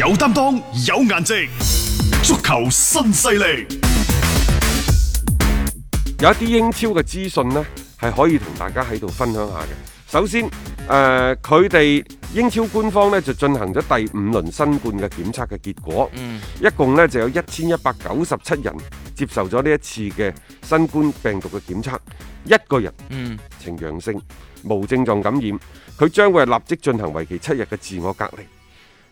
有擔當，有顏值，足球新勢力。有一啲英超嘅資訊呢，係可以同大家喺度分享下嘅。首先，誒佢哋英超官方呢就進行咗第五輪新冠嘅檢測嘅結果，一共呢就有一千一百九十七人接受咗呢一次嘅新冠病毒嘅檢測，一個人呈陽性，無症狀感染，佢將會係立即進行為期七日嘅自我隔離。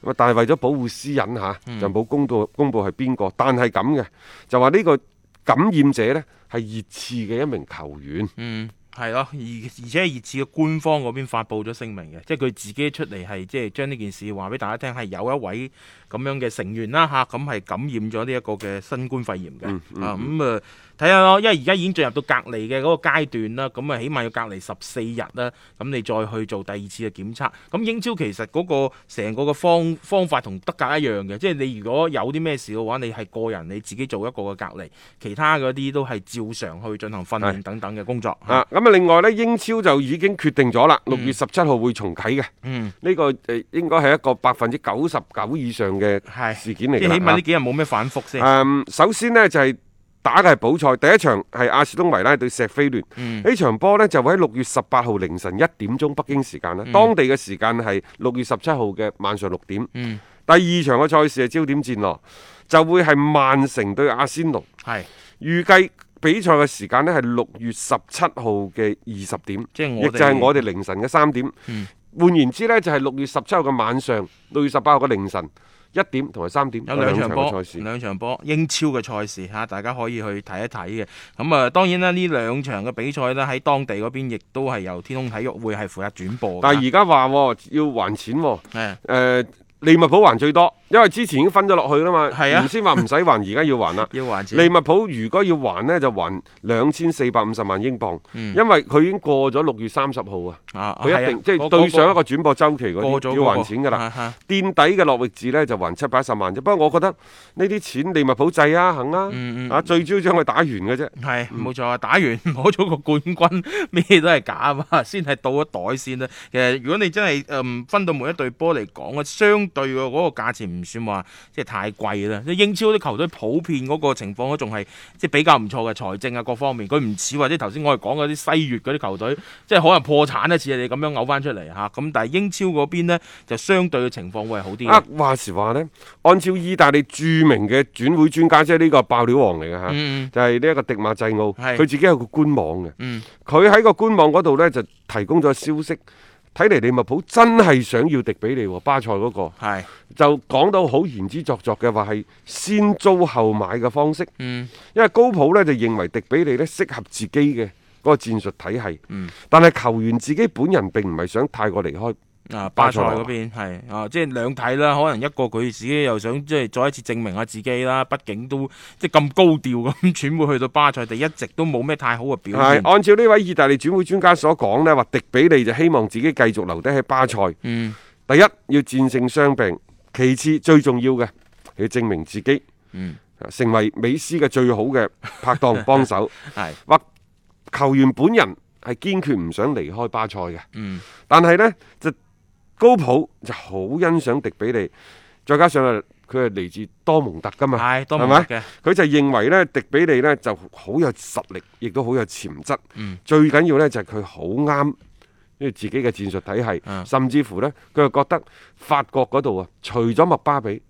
咁啊但係為咗保護私隱嚇，就冇公佈公佈係邊個。但係咁嘅，就話呢個感染者呢係熱刺嘅一名球員。嗯，係咯，而而且熱刺嘅官方嗰邊發布咗聲明嘅，即係佢自己出嚟係即係將呢件事話俾大家聽，係有一位咁樣嘅成員啦吓，咁、係感染咗呢一個嘅新冠肺炎嘅、嗯啊，咁啊睇下咯，因為而家已經進入到隔離嘅嗰個階段啦，咁啊起碼要隔離十四日啦，咁你再去做第二次嘅檢測。咁英超其實嗰個成個嘅方方法同德甲一樣嘅，即係你如果有啲咩事嘅話，你係個人你自己做一個嘅隔離，其他嗰啲都係照常去進行訓練等等嘅工作。啊，咁啊，另外呢，英超就已經決定咗啦，六月十七號會重啟嘅。嗯，呢個誒應該係一個百分之九十九以上嘅係事件嚟即係起㗎碼啦呢。幾日冇咩反覆先。啊誒，首先呢，就係打嘅係補賽，第一場係阿士東維拉對石飛聯。嗯呢場波呢，就會喺六月十八號凌晨一點鐘北京時間嗯啦，當地嘅時間係六月十七號嘅晚上六點。嗯，第二場嘅賽事係焦點戰咯，就會係曼城對阿仙奴，係，預計比賽嘅時間呢係六月十七號嘅二十點，即係亦我哋就係我哋凌晨嘅三點。嗯換言之呢，就係六月十七號嘅晚上，六月十八號嘅凌晨一點同埋三點有兩兩場嘅波賽，事。兩場波英超嘅賽事嚇，大家可以去睇一睇嘅。咁啊，當然啦，呢兩場嘅比賽呢，喺當地嗰邊亦都係由天空體育會係負責轉播但㗎。係而家話喎要還錢喎、係誒利物浦還最多，因為之前已經分咗落去啦嘛。係啊原先話唔使還，而家要 還啦。要還錢利物浦如果要還呢，就還兩千四百五十萬英鎊，嗯因為佢已經過咗六月三十號啊，啊，佢一係啊定、即嗰係對上一嗰個轉播周期個嗰過啲咗要嗰個還錢㗎啦。啊啊墊底嘅諾域治呢，就還七百一十萬啫，不過我覺得呢啲錢利物浦制啊肯啦、啊，嗯嗯最主要將佢打完嘅啫。係冇錯啊！打完 攞咗個冠軍，咩都係假啊嘛， 先係到咗袋先啦。其實如果你真係誒、嗯分到每一隊波嚟講啊，相對嘅嗰個價錢唔算話即係太貴啦。即係英超啲球隊普遍嗰個情況都仲係即係比較唔錯嘅財政啊各方面，佢唔似或者頭先我哋講嗰啲西乙嗰啲球隊，即係可能破產一次你咁樣嘔翻出嚟嚇。咁但係英超嗰邊咧就相對嘅情況會係好啲嘅。啊，話時話呢，按照意大利著名嘅轉會專家，即係呢個爆料王嚟嘅嚇，嗯嗯就係呢一個迪馬濟奧，係佢自己有個官網嘅，嗯佢喺個官網嗰度呢，就提供咗消息。睇嚟利物浦真係想要迪比利喎，巴塞嗰、個係就講到好言之鑿鑿嘅話係先租後買嘅方式，嗯因為高普呢，就認為迪比利呢適合自己嘅嗰個戰術體系，嗯但係球員自己本人並唔係想太過離開啊，巴巴塞塞羅嗰邊係啊，即係兩睇啦。可能一個佢自己又想即係再一次證明下自己啦，畢竟都即係咁高調咁轉會去到巴塞，就一直都冇咩太好嘅表係。現哦按照呢位意大利轉會專家所講呢話迪比利就希望自己繼續留低喺巴塞。嗯，第一要戰勝傷病，其次最重要嘅要證明自己，嗯啊，成為美斯嘅最好嘅拍檔幫手。 係或球員本人係堅決唔想離開巴塞嘅，嗯但係呢，就高普就好欣賞迪比利，再加上啊佢係嚟自多蒙特噶嘛。係多蒙係咪特嘅，佢就認為呢，迪比利呢就好有實力，亦都好有潛質。嗯最緊要呢，就係佢好啱，因為自己嘅戰術體系，嗯甚至乎呢，佢又覺得法國嗰度啊，除咗麥巴比，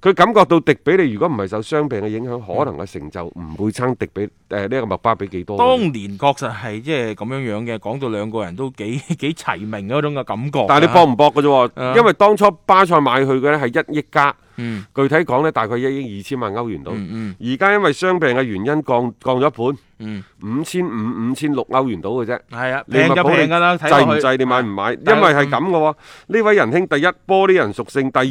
佢感覺到迪比利如果唔係受傷病嘅影嗯響，可能嘅成就唔會差迪比誒呃呢個麥巴比幾多嘅。當年確實係即係咁樣樣嘅，講到兩個人都幾 幾齊名嗰種嘅感覺。但係你搏唔搏嘅啫啊喎，因為當初巴塞買佢嘅呢係一億加，嗯具體講呢，大概一億二千萬歐元到。嗯嗯而家因為傷病嘅原因降降咗一半。嗯，五千五、五千六歐元到嘅啫。係啊，利平物就浦平㗎啦，制睇唔落去制你買唔買？因為但係係咁嘅喎，呢位仁兄第一波啲人屬性，第二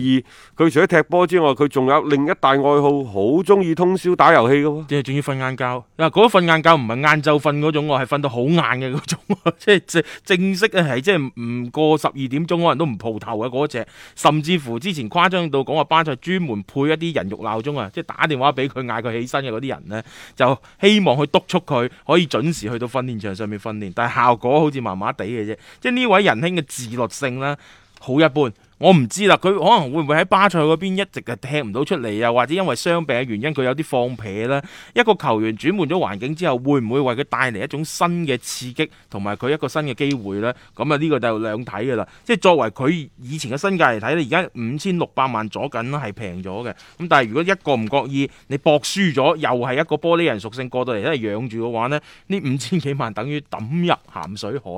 佢除咗踢波之外，佢仲有另一大愛好，好中意通宵打遊戲嘅喎。即係仲要瞓晏覺，嗱嗰瞓晏覺唔係晏晝瞓嗰種喎，係瞓到好晏嘅嗰種喎， 即係正正式啊，係即係唔過十二點鐘可啊能都唔蒲頭嘅嗰只，甚至乎之前誇張到講話巴塞專門配一啲人肉鬧鐘啊，即係打電話俾佢嗌佢起身嘅嗰啲人呢，就希望去督促佢可以準時去到訓練場上面訓練，但係效果好似麻麻地嘅啫，即係呢位仁兄嘅自律性啦，好一般。我唔知啦，佢可能會唔會喺巴塞嗰邊一直係踢唔到出嚟啊，或者因為傷病嘅原因，佢有啲放屁啦。一個球員轉換咗環境之後，會唔會為佢帶嚟一種新嘅刺激，同埋佢一個新嘅機會呢？咁啊，呢個就兩睇噶啦。即係作為佢以前嘅身價嚟睇咧，而家五千六百萬左緊係平咗嘅。咁但係如果一個唔覺意，你博輸咗，又係一個玻璃人屬性過到嚟，真係養住嘅話呢，呢五千幾萬等於抌入鹹水海。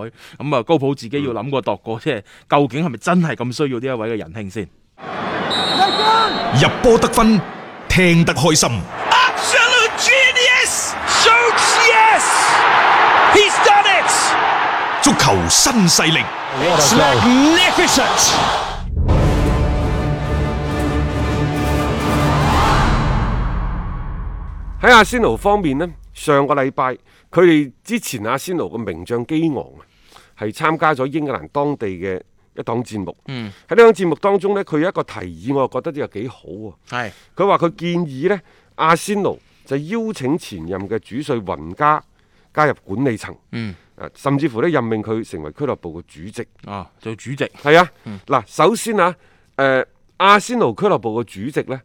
咁啊，高普自己嗯要諗過度過，即係究竟係咪真係咁需要呢一位嘅仁兄先？入波得分，聽得開心。 Absolute genius! Shoots yes! He's done it! 足球新勢力， It's magnificent! 喺阿仙奴方面呢，上個禮拜佢哋之前阿仙奴嘅名將基昂啊，係參加咗英格蘭當地嘅一檔節目。嗯，喺呢檔節目當中呢，佢有一個提議，我覺得呢個幾好喎。係佢話佢建議呢，阿仙奴就邀請前任嘅主帥雲加加入管理層，嗯啊甚至乎呢任命佢成為俱樂部嘅主席。啊，做主席係啊，嗱、首先啊，誒、阿仙奴俱樂部嘅主席呢，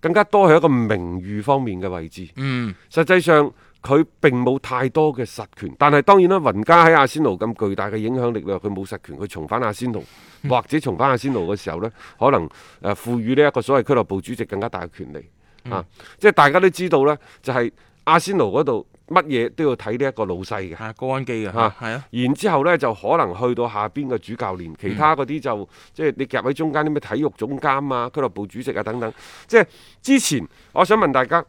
更加多係一個名譽方面嘅位置。嗯，實際上佢並冇太多嘅實權，但係當然啦，雲加喺阿仙奴咁巨大嘅影響力啦，佢冇實權，佢重返阿仙奴。或者重返阿仙奴嘅時候呢，可能誒賦予呢一個所謂俱樂部主席更加大嘅權利、啊！即係大家都知道呢，就係、阿仙奴嗰度乜嘢都要睇呢一個老細嘅。啊，高安基嘅啊係啊，然之後呢，就可能去到下邊嘅主教練，其他嗰啲就、即係你夾喺中間啲咩體育總監啊、俱樂部主席啊等等。即係之前，我想問大家，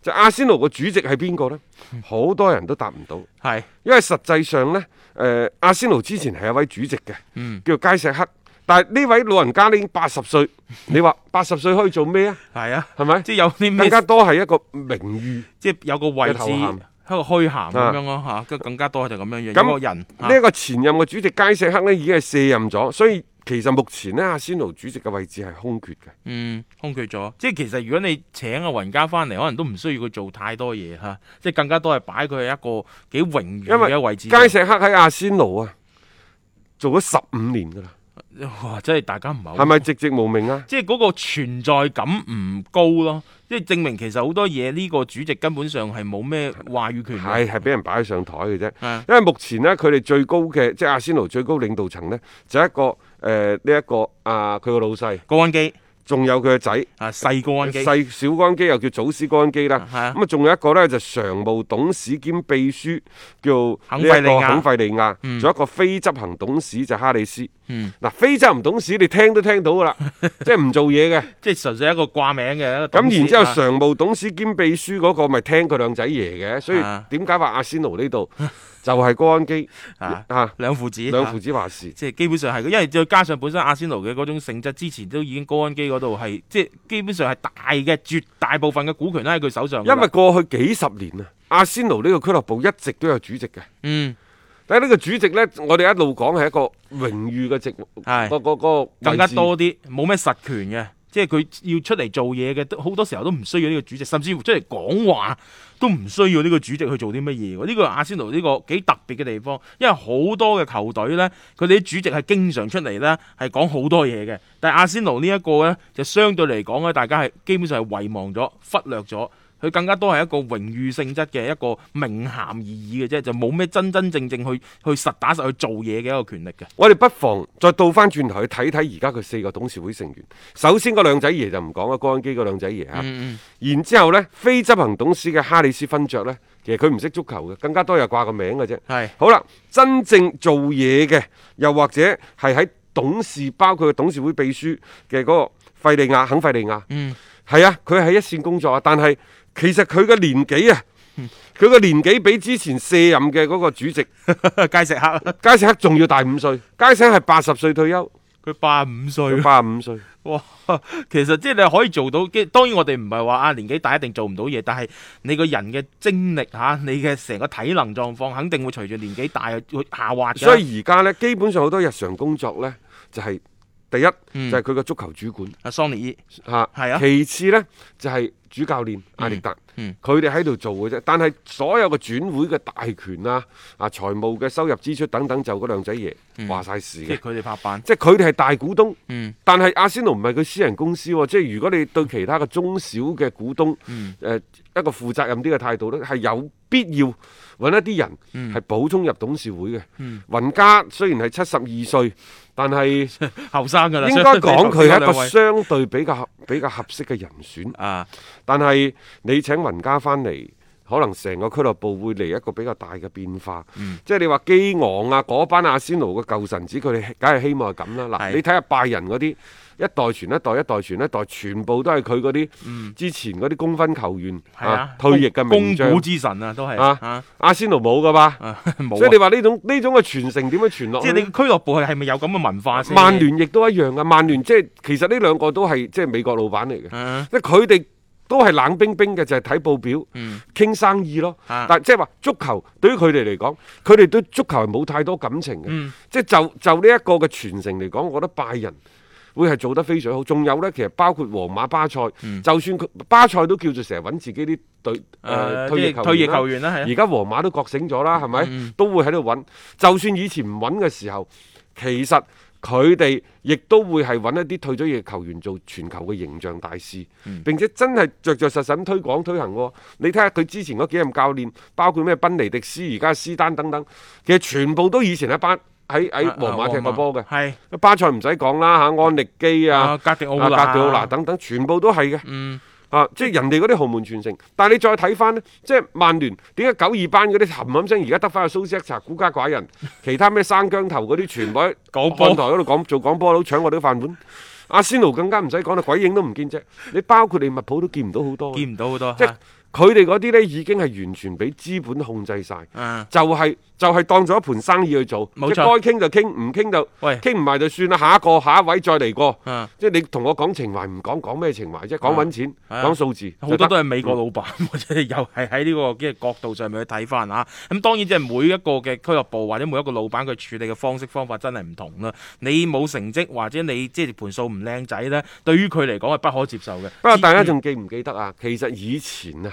就阿仙奴個主席係邊個呢？好多人都答唔到，係因為實際上呢，誒、阿仙奴之前係有位主席嘅，叫做佳石克，但係呢位老人家呢已經八十歲，你話八十歲可以做咩啊？係啊，係咪？即係有啲咩更加多係一個名譽。即係有個嘅位置頭銜啊喺個虛銜咁樣咯嚇，跟更加多就咁樣樣，咁有個人啊呢一個前任嘅主席佳石克呢已經係卸任咗，所以其實目前呢，阿仙奴主席嘅位置係空缺嘅。嗯空缺咗，即係其實如果你請阿雲家翻嚟，可能都唔需要佢做太多嘢嚇，即係更加多係擺佢喺一個幾榮譽因為嘅位置度。佳石克喺阿仙奴啊，做咗十五年㗎啦，哇！真係大家唔係好係咪籍籍無名啊？即係嗰個存在感唔高咯，即係證明其實好多嘢呢個主席根本上係冇咩話語權嘅。係係俾人擺咗上台嘅啫。係因為目前呢，佢哋最高嘅即係阿仙奴最高領導層呢，就一個誒呢一個啊佢個老細，高安基仲有佢嘅仔。啊，細高安基細小安基又叫祖斯安基啦，係啊咁啊仲有一個呢，就常務董事兼秘書叫呢一個肯費利亞肯費利亞，仲、嗯有一個非執行董事就哈里斯。嗱，非執行董事你聽都聽到 噶啦，即係唔做嘢嘅。即係純粹一個掛名嘅一個董咁事。然之後，啊常務董事兼秘書嗰個咪聽佢兩仔爺嘅，所以啊點解話阿仙奴呢度 就係高安基啊啊兩父子兩啊父子話事。即係基本上係，因為再加上本身阿仙奴嘅嗰種性質，之前都已經高安基嗰度係，即係基本上係大嘅，絕大部分嘅股權都喺佢手上㗎啦。因為過去幾十年啊，阿仙奴呢個俱樂部一直都有主席嘅。嗯但係呢個主席呢，我哋一路講係一個榮譽嘅職務，係個個個 更加位置多啲冇咩實權嘅，即係佢要出嚟做嘢嘅，都好多時候都唔需要呢個主席，甚至乎出嚟講話都唔需要呢個主席去做啲乜嘢喎。呢、個係阿仙奴呢個幾特別嘅地方，因為好多嘅球隊呢，佢哋啲主席係經常出嚟呢，係講好多嘢嘅，但係阿仙奴呢一個呢，就相對嚟講咧，大家係基本上係遺忘咗、忽略咗。佢更加多係一個榮譽性質嘅一個名銜而已嘅啫，就冇咩真真正正去去實打實去做嘢嘅一個權力嘅。我哋不妨再倒翻轉頭去睇睇而家佢四個董事會成員。首先嗰兩仔爺就唔講啦，江安基嗰兩仔爺嚇。嗯然之後呢，非執行董事嘅哈里斯勳爵呢，其實佢唔識足球嘅，更加多又掛個名嘅啫。係好啦，真正做嘢嘅，又或者係喺董事，包括董事會秘書嘅嗰個費利亞肯費利亞。嗯，係啊，佢喺一線工作啊，但係其實佢嘅年紀啊，佢嘅年紀比之前卸任嘅嗰個主席佳石克。佳石克仲要大五歲，佳石克係八十歲退休。佢八五歲，八五歲， 哇！其實即係你可以做到，即係當然我哋唔係話啊年紀大一定做唔到嘢，但係你個人嘅精力嚇、啊你嘅成個體能狀況肯定會隨住年紀大去下滑嘅。所以而家呢，基本上好多日常工作呢，就係、第一嗯就係佢嘅足球主管阿桑尼嚇，係啊其次呢，就係、主教練艾力特嗯，佢哋喺度做嘅啫。但係所有嘅轉會嘅大權啊、啊財務嘅收入支出等等，就嗰兩仔爺話晒事即嘅係。佢哋拍板。即係佢哋係大股東，嗯但係阿仙奴唔係佢私人公司喎。即係如果你對其他嘅中小嘅股東，誒、呃嗯一個負責任啲嘅態度呢，係有必要揾一啲嗯人係補充入董事會嘅。雲家雖然係七十二歲，但係後生㗎啦，應該講佢係一相對頭先嗰兩個位相對比較合比較合適嘅人選。啊，但係你請雲家翻嚟，可能成個俱樂部會嚟一個比較大嘅變化。嗯即係你話基昂啊，嗰班阿仙奴嘅舊臣子，佢哋梗係希望係咁啦。係嗱，你睇下拜仁嗰啲，一代傳一代，一代傳一代，全部都係佢嗰啲之前嗰啲功勳球員嗯係啊，退役嘅名公股將之神啊，都係啊，阿仙奴冇噶嘛。啊冇啊所以你話呢種呢種嘅傳承點樣傳落即係你去？個俱樂部係係咪有咁嘅文化先？曼聯亦都一樣噶，曼聯即係其實呢兩個都係即係美國老闆嚟嘅。啊，即係佢哋都係冷冰冰嘅，就係、睇報表、嗯傾生意咯。啊但係即係話足球對於佢哋嚟講，佢哋對足球係冇太多感情嘅。嗯即係就就呢一個嘅傳承嚟講，我覺得拜仁。會係做得非常好，仲有呢，其實包括皇馬、巴塞，嗯就算佢巴塞都叫做成日揾自己啲隊誒、誒退役啊即係球退役員啦球員啦，係而啊家皇馬都覺醒咗啦，係咪？都會喺度揾。就算以前唔揾嘅時候，其實佢哋亦都會係揾一啲退咗役嘅球員做全球嘅形象大使，並且真係着着實實咁推廣推行喎。你睇下佢之前嗰幾任教練，包括咩賓尼迪斯、而家斯丹等等，其實全部都以前喺班喺喺啊皇馬踢過波嘅。啊係巴塞唔使講啦嚇，安力基啊啊，格迪奧啊拿格迪奧拿等等，全部都係嘅。嗯啊，即係人哋嗰啲豪門傳承，但係你再睇翻呢，即係曼聯點解九二班嗰啲冚冚聲，而家得翻個蘇斯克查孤家寡 人，其他咩生姜頭嗰啲全部喺講波看台嗰度講做廣播佬搶我哋啲飯碗。阿仙奴更加唔使講啦，鬼影都唔見啫。你包括利物浦都見唔到好多嘅，見唔到好多，即係啊佢哋嗰啲呢已經係完全俾資本控制晒。啊就係、就係、當咗一盤生意去做，即冇係錯該傾就傾，唔傾就喂傾唔埋就算啦，下一個下一位再嚟過。啊即係你同我講情懷，唔講講咩情懷啫，講揾錢，啊講數字，好多都係係美國老闆， 或者係又係喺呢個嘅角度上面去睇翻啊。咁當然即係每一個嘅俱樂部或者每一個老闆佢處理嘅方式方法真係唔同啦。你冇成績或者你即係盤數唔靚仔呢，對於佢嚟講係不可接受嘅。不過大家嗯仲記唔記得啊？其實以前啊，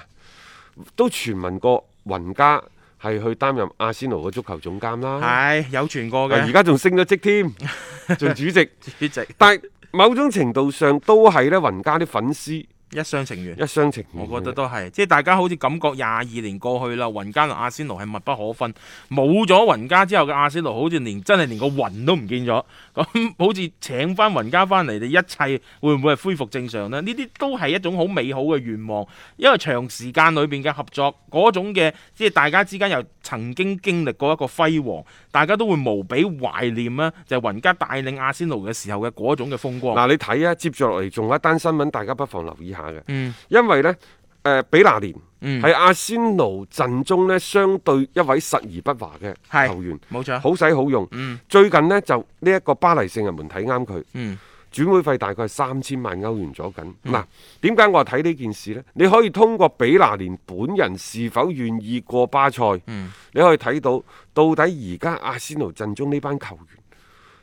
都傳聞過雲家係去擔任阿仙奴嘅足球總監啦。啊係有傳過而嘅家仲升咗職添， 做主席。主席但係某種程度上都係咧，雲家啲粉絲一廂情願一。廂情願嘅。我覺得都係，即係大家好似感覺廿二年過去啦，雲家同阿仙奴係密不可分。冇咗雲家之後嘅阿仙奴，好似連真係連個雲都唔見咗。咁好似請翻雲家翻嚟，你一切會唔會係恢復正常呢？呢啲都係一種好美好嘅願望，因為長時間裏邊嘅合作嗰種嘅，即係大家之間又曾經經歷過一個輝煌，大家都會無比懷念啦，就係、雲家帶領阿仙奴嘅時候嘅嗰種嘅風光。嗱，你睇啊，接住落嚟仲有一單新聞，大家不妨留意下嘅。嗯因為呢，誒、比拿連嗯，係阿仙奴陣中呢，相對一位實而不華係嘅球員，冇錯，好使好用。嗯最近呢，就呢一個巴黎聖日門睇啱佢，嗯轉會費大概三千萬歐元左緊。嗱、點解我話睇呢件事呢？你可以通過比拿連本人是否願意過巴塞，嗯你可以睇到到底而家阿仙奴陣中呢班球員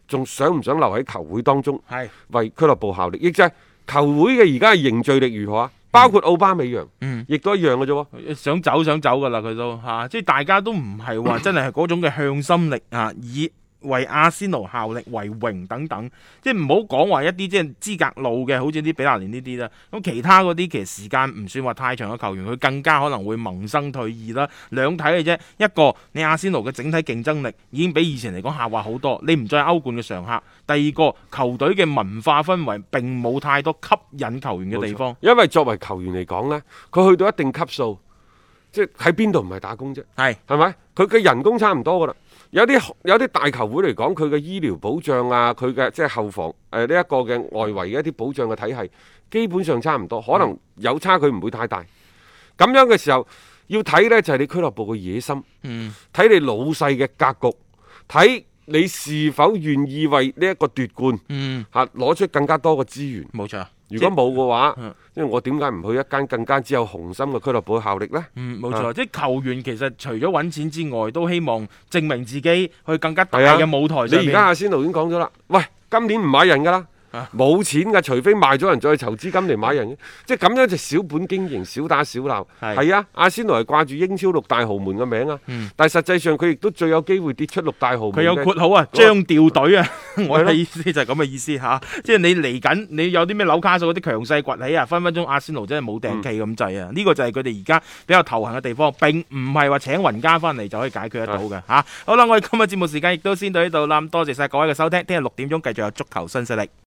仲想唔想留喺球會當中？係為俱樂部效力，亦就係球會嘅而家嘅凝聚力如何啊？包括奧巴美揚，嗯亦都一樣嘅啫喎。想走想走噶啦，佢都吓，即係大家都唔係 話真係嗰種嘅向心力啊，以為阿仙奴效力為榮等等，即係唔好講話一啲即係資格路嘅，好似啲比達連呢啲啦。咁其他嗰啲其實時間唔算話太長嘅球員，佢更加可能會萌生退意啦。兩睇嘅啫，一個你阿仙奴嘅整體競爭力已經比以前嚟講下滑好多，你唔再係歐冠嘅常客。第二個球隊嘅文化氛圍並冇太多吸引球員嘅地方，因為作為球員嚟講呢，佢去到一定級數，即係喺邊度唔係打工啫，係係咪？佢嘅人工差唔多噶啦。有啲有啲大球會嚟講，佢嘅醫療保障啊，佢嘅即係後防呃誒呢一個嘅外圍嘅一啲保障嘅體系，基本上差唔多，可嗯能有差距唔會太大。咁樣嘅時候，要睇呢就係你俱樂部嘅野心。嗯睇你老細嘅格局，睇你是否願意為呢一個奪冠嗯，嚇攞、出更加多嘅資源。冇錯。如果冇嘅嗯話，因為我點解唔去一間更加之有雄心嘅俱樂部效力呢？嗯，冇啊錯，即係球員其實除咗揾錢之外，都希望證明自己去更加大係啊嘅舞台上你而面家阿仙奴已經講咗啦，喂，今年唔買人㗎啦。啊冇錢㗎，除非賣咗人再籌資金嚟買人嘅，即係咁樣就小本經營、小打小鬧。係嗯係啊，阿仙奴係掛住英超六大豪門嘅名啊，但係實際上佢亦都最有機會跌出六大豪門嘅。佢有括號啊，嗰個將掉隊 啊！我係咯嘅意思就係咁嘅意思嚇，即係你嚟緊，你有啲咩紐卡素嗰啲強勢崛起啊，分分鐘阿仙奴真係冇訂期咁滯啊！嗯呢、個就係佢哋而家比較頭痕嘅地方，並唔係話請雲家翻嚟就可以解決得到嘅嚇、啊好啦，我哋今日節目時間亦都先到呢度啦，咁多謝晒各位嘅收聽，聽日六點鐘繼續有足球新勢力。